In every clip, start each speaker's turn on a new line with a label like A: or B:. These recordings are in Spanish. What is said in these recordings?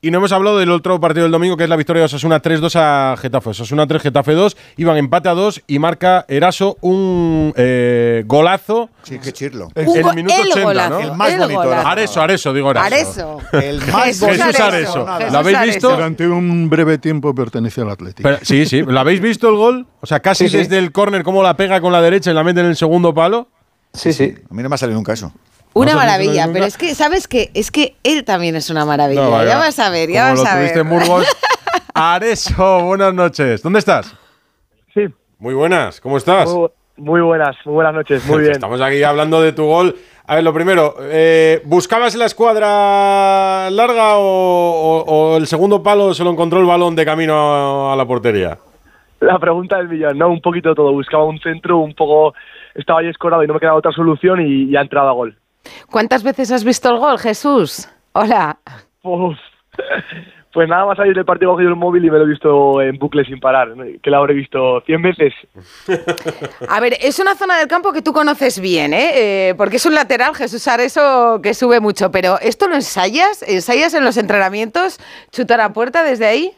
A: Y no hemos hablado del otro partido del domingo, que es la victoria de Osasuna 3-2 a Getafe. Osasuna 3, Getafe 2. Iban empate a 2 y marca Eraso un eh, golazo.
B: Sí, qué chirlo.
A: En
C: Un go-
A: el minuto
C: el
A: 80,
C: golazo,
A: ¿no?
B: El más
C: el
B: bonito de la
C: golazo.
A: Areso, Areso, digo Eraso.
C: Areso.
B: El más
C: Jesús
B: bonito.
A: Jesús
C: Areso.
A: Areso.
C: Jesús
A: ¿Lo habéis
C: Areso.
A: visto?
D: Durante un breve tiempo perteneció al Atlético.
A: Pero- sí, sí. ¿Lo habéis visto el gol? O sea, casi
E: Sí, sí.
A: desde el córner, cómo la pega con la derecha y la mete en el segundo palo.
E: Sí, sí.
B: A mí no me ha salido nunca eso.
C: Una
A: No se me
C: maravilla,
A: ocurre
C: pero
A: nunca.
C: es que, ¿sabes qué? Es que él también es una maravilla.
A: No, vaya.
C: ya vas a ver, ya vas
A: Como lo
C: a
A: tuviste
C: ver.
A: en Burgos. Areso, buenas noches. ¿Dónde estás?
F: Sí,
A: Muy buenas, ¿cómo estás?
F: muy, bu- muy buenas, muy buenas noches, muy bien.
A: Estamos aquí hablando de tu gol. A ver, lo primero, eh, ¿buscabas la escuadra larga o, o- o el segundo palo se lo encontró el balón de camino a, a la portería?
F: La pregunta del millón, ¿no? Un poquito de todo. Buscaba un centro, un poco. Estaba ahí escorado y no me quedaba otra solución y, y ha entrado a gol.
G: ¿Cuántas veces has visto el gol, Jesús? Hola.
F: Uf. Pues nada más salir del partido he cogido el móvil y me lo he visto en bucle sin parar. ¿no? Que la habré visto 100 veces.
G: A ver, es una zona del campo que tú conoces bien, ¿eh? Eh, porque es un lateral, Jesús Areso, que sube mucho. Pero ¿esto lo ensayas? ¿Ensayas en los entrenamientos? ¿Chutar a puerta desde ahí?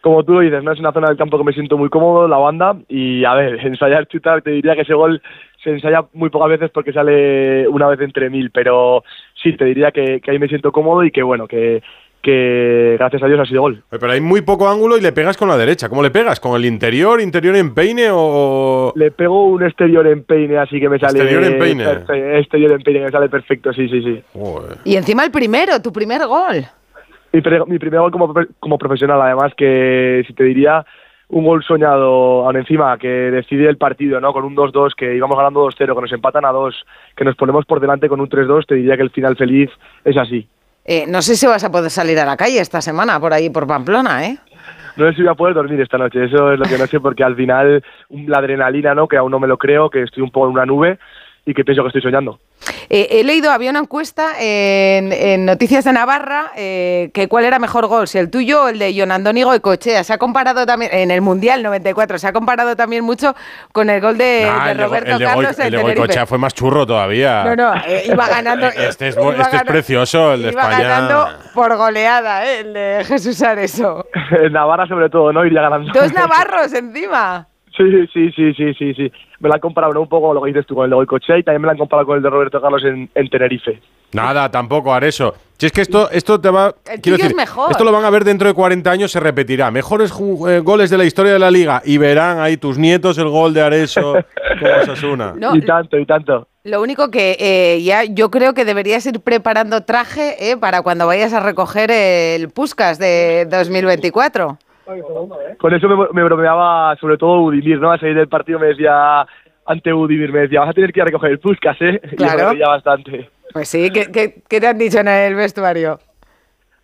F: Como tú lo dices, ¿no? Es una zona del campo que me siento muy cómodo, la banda. Y a ver, ensayar chutar, te diría que ese gol se ensaya muy pocas veces porque sale una vez entre mil. Pero sí, te diría que, que ahí me siento cómodo y que bueno, que, que gracias a Dios ha sido gol.
A: Eh, Pero hay muy poco ángulo y le pegas con la derecha. ¿Cómo le pegas? ¿Con el interior, interior en peine o...?
F: Le pego un exterior en peine, así que me sale.
A: Exterior en peine.
F: perfe- Exterior en peine, que me sale perfecto, sí, sí, sí.
A: Joder.
G: Y encima el primero, tu primer gol.
F: Mi, pre- mi primer gol como, profe- como profesional, además, que si te diría, un gol soñado aún encima, que decide el partido, ¿no? Con un 2-2, que íbamos ganando 2-0, que nos empatan a 2, que nos ponemos por delante con un 3-2, te diría que el final feliz es así.
G: Eh, no sé si vas a poder salir a la calle esta semana por ahí, por Pamplona, ¿eh?
F: No sé si voy a poder dormir esta noche, eso es lo que no sé, porque al final un- la adrenalina, ¿no? Que aún no me lo creo, que estoy un poco en una nube y que pienso que estoy soñando.
G: Eh, he leído, había una encuesta en, en Noticias de Navarra, eh, que cuál era mejor gol, si el tuyo o el de John Andoni Goicochea. Se ha comparado también, en el Mundial 94, se ha comparado también mucho con el gol de,
A: Nah,
G: de
A: el de Go-
G: Roberto
A: el de Goi-
G: Carlos en
A: el de
G: Tenerife.
A: Goicoechea fue más churro todavía.
G: No, no, eh, iba ganando.
A: Eh, este es bu-
G: iba
A: este es
G: ganando-
A: precioso, el de
G: iba
A: España.
G: ganando por goleada, eh, el de Jesús Areso.
F: En Navarra sobre todo, ¿no? Iría ganando.
G: Dos navarros encima.
F: Sí, sí, sí, sí, sí, sí. Me la han comparado ¿no? un poco con lo que dices tú con el de Goicoechea y también me la han comparado con el de Roberto Carlos en, en Tenerife.
A: Nada, tampoco, Areso. Si es que esto, esto te va.
G: El
A: quiero
G: tuyo es mejor.
A: Esto lo van a ver dentro de 40 años, se repetirá. Mejores ju- eh, goles de la historia de la liga. Y verán ahí tus nietos el gol de Areso con Osasuna.
G: No, eh,
F: y tanto, y tanto.
G: Lo único que eh, ya yo creo que deberías ir preparando traje eh, para cuando vayas a recoger el Puscas de 2024.
F: Con eso me, me bromeaba sobre todo Udimir, ¿no? A salir del partido me decía, ante Udimir, me decía, vas a tener que ir a recoger el Puskas, ¿eh? Y
G: Claro.
F: me reía bastante.
G: Pues sí, ¿qué, qué, qué te han dicho en el vestuario?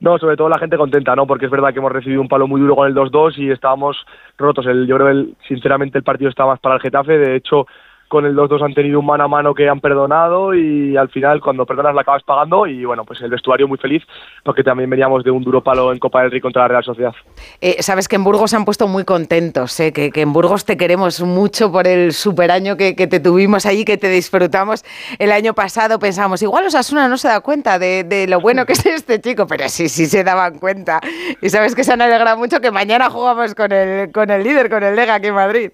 F: No, sobre todo la gente contenta, ¿no? Porque es verdad que hemos recibido un palo muy duro con el 2-2 y estábamos rotos. El, yo creo que, el- sinceramente, el partido está más para el Getafe. De hecho, con el 2-2 han tenido un mano a mano que han perdonado y al final, cuando perdonas, la acabas pagando. Y bueno, pues el vestuario muy feliz porque también veníamos de un duro palo en Copa del Rey contra la Real Sociedad.
G: Eh, sabes que en Burgos se han puesto muy contentos, eh, que, que en Burgos te queremos mucho por el superaño que, que te tuvimos allí, que te disfrutamos el año pasado. Pensamos, igual Osasuna no se da cuenta de, de lo bueno que es este chico, pero sí, sí se daban cuenta. Y sabes que se han alegrado mucho que mañana jugamos con el, con el líder, con el Lega aquí en Madrid.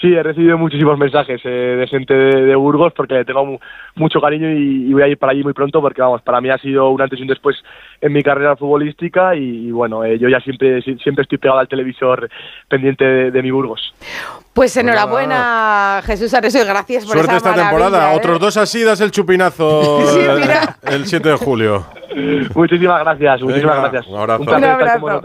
F: Sí, he recibido muchísimos mensajes eh, de gente de, de Burgos porque le tengo mu- mucho cariño y, y voy a ir para allí muy pronto porque, vamos, para mí ha sido un antes y un después en mi carrera futbolística y, y bueno, eh, yo ya siempre, si- siempre estoy pegado al televisor pendiente de, de mi Burgos.
G: Pues enhorabuena, Jesús Areso, y gracias por
A: Suerte
G: esa
A: esta temporada.
G: maravilla, ¿eh?
A: Otros dos así das el chupinazo
G: Sí,
A: el-
G: mira.
A: el 7 de julio.
F: Muchísimas gracias, muchísimas
A: Venga,
F: gracias.
A: un abrazo.
G: Un
F: placer estar con
G: abrazo.
F: vosotros.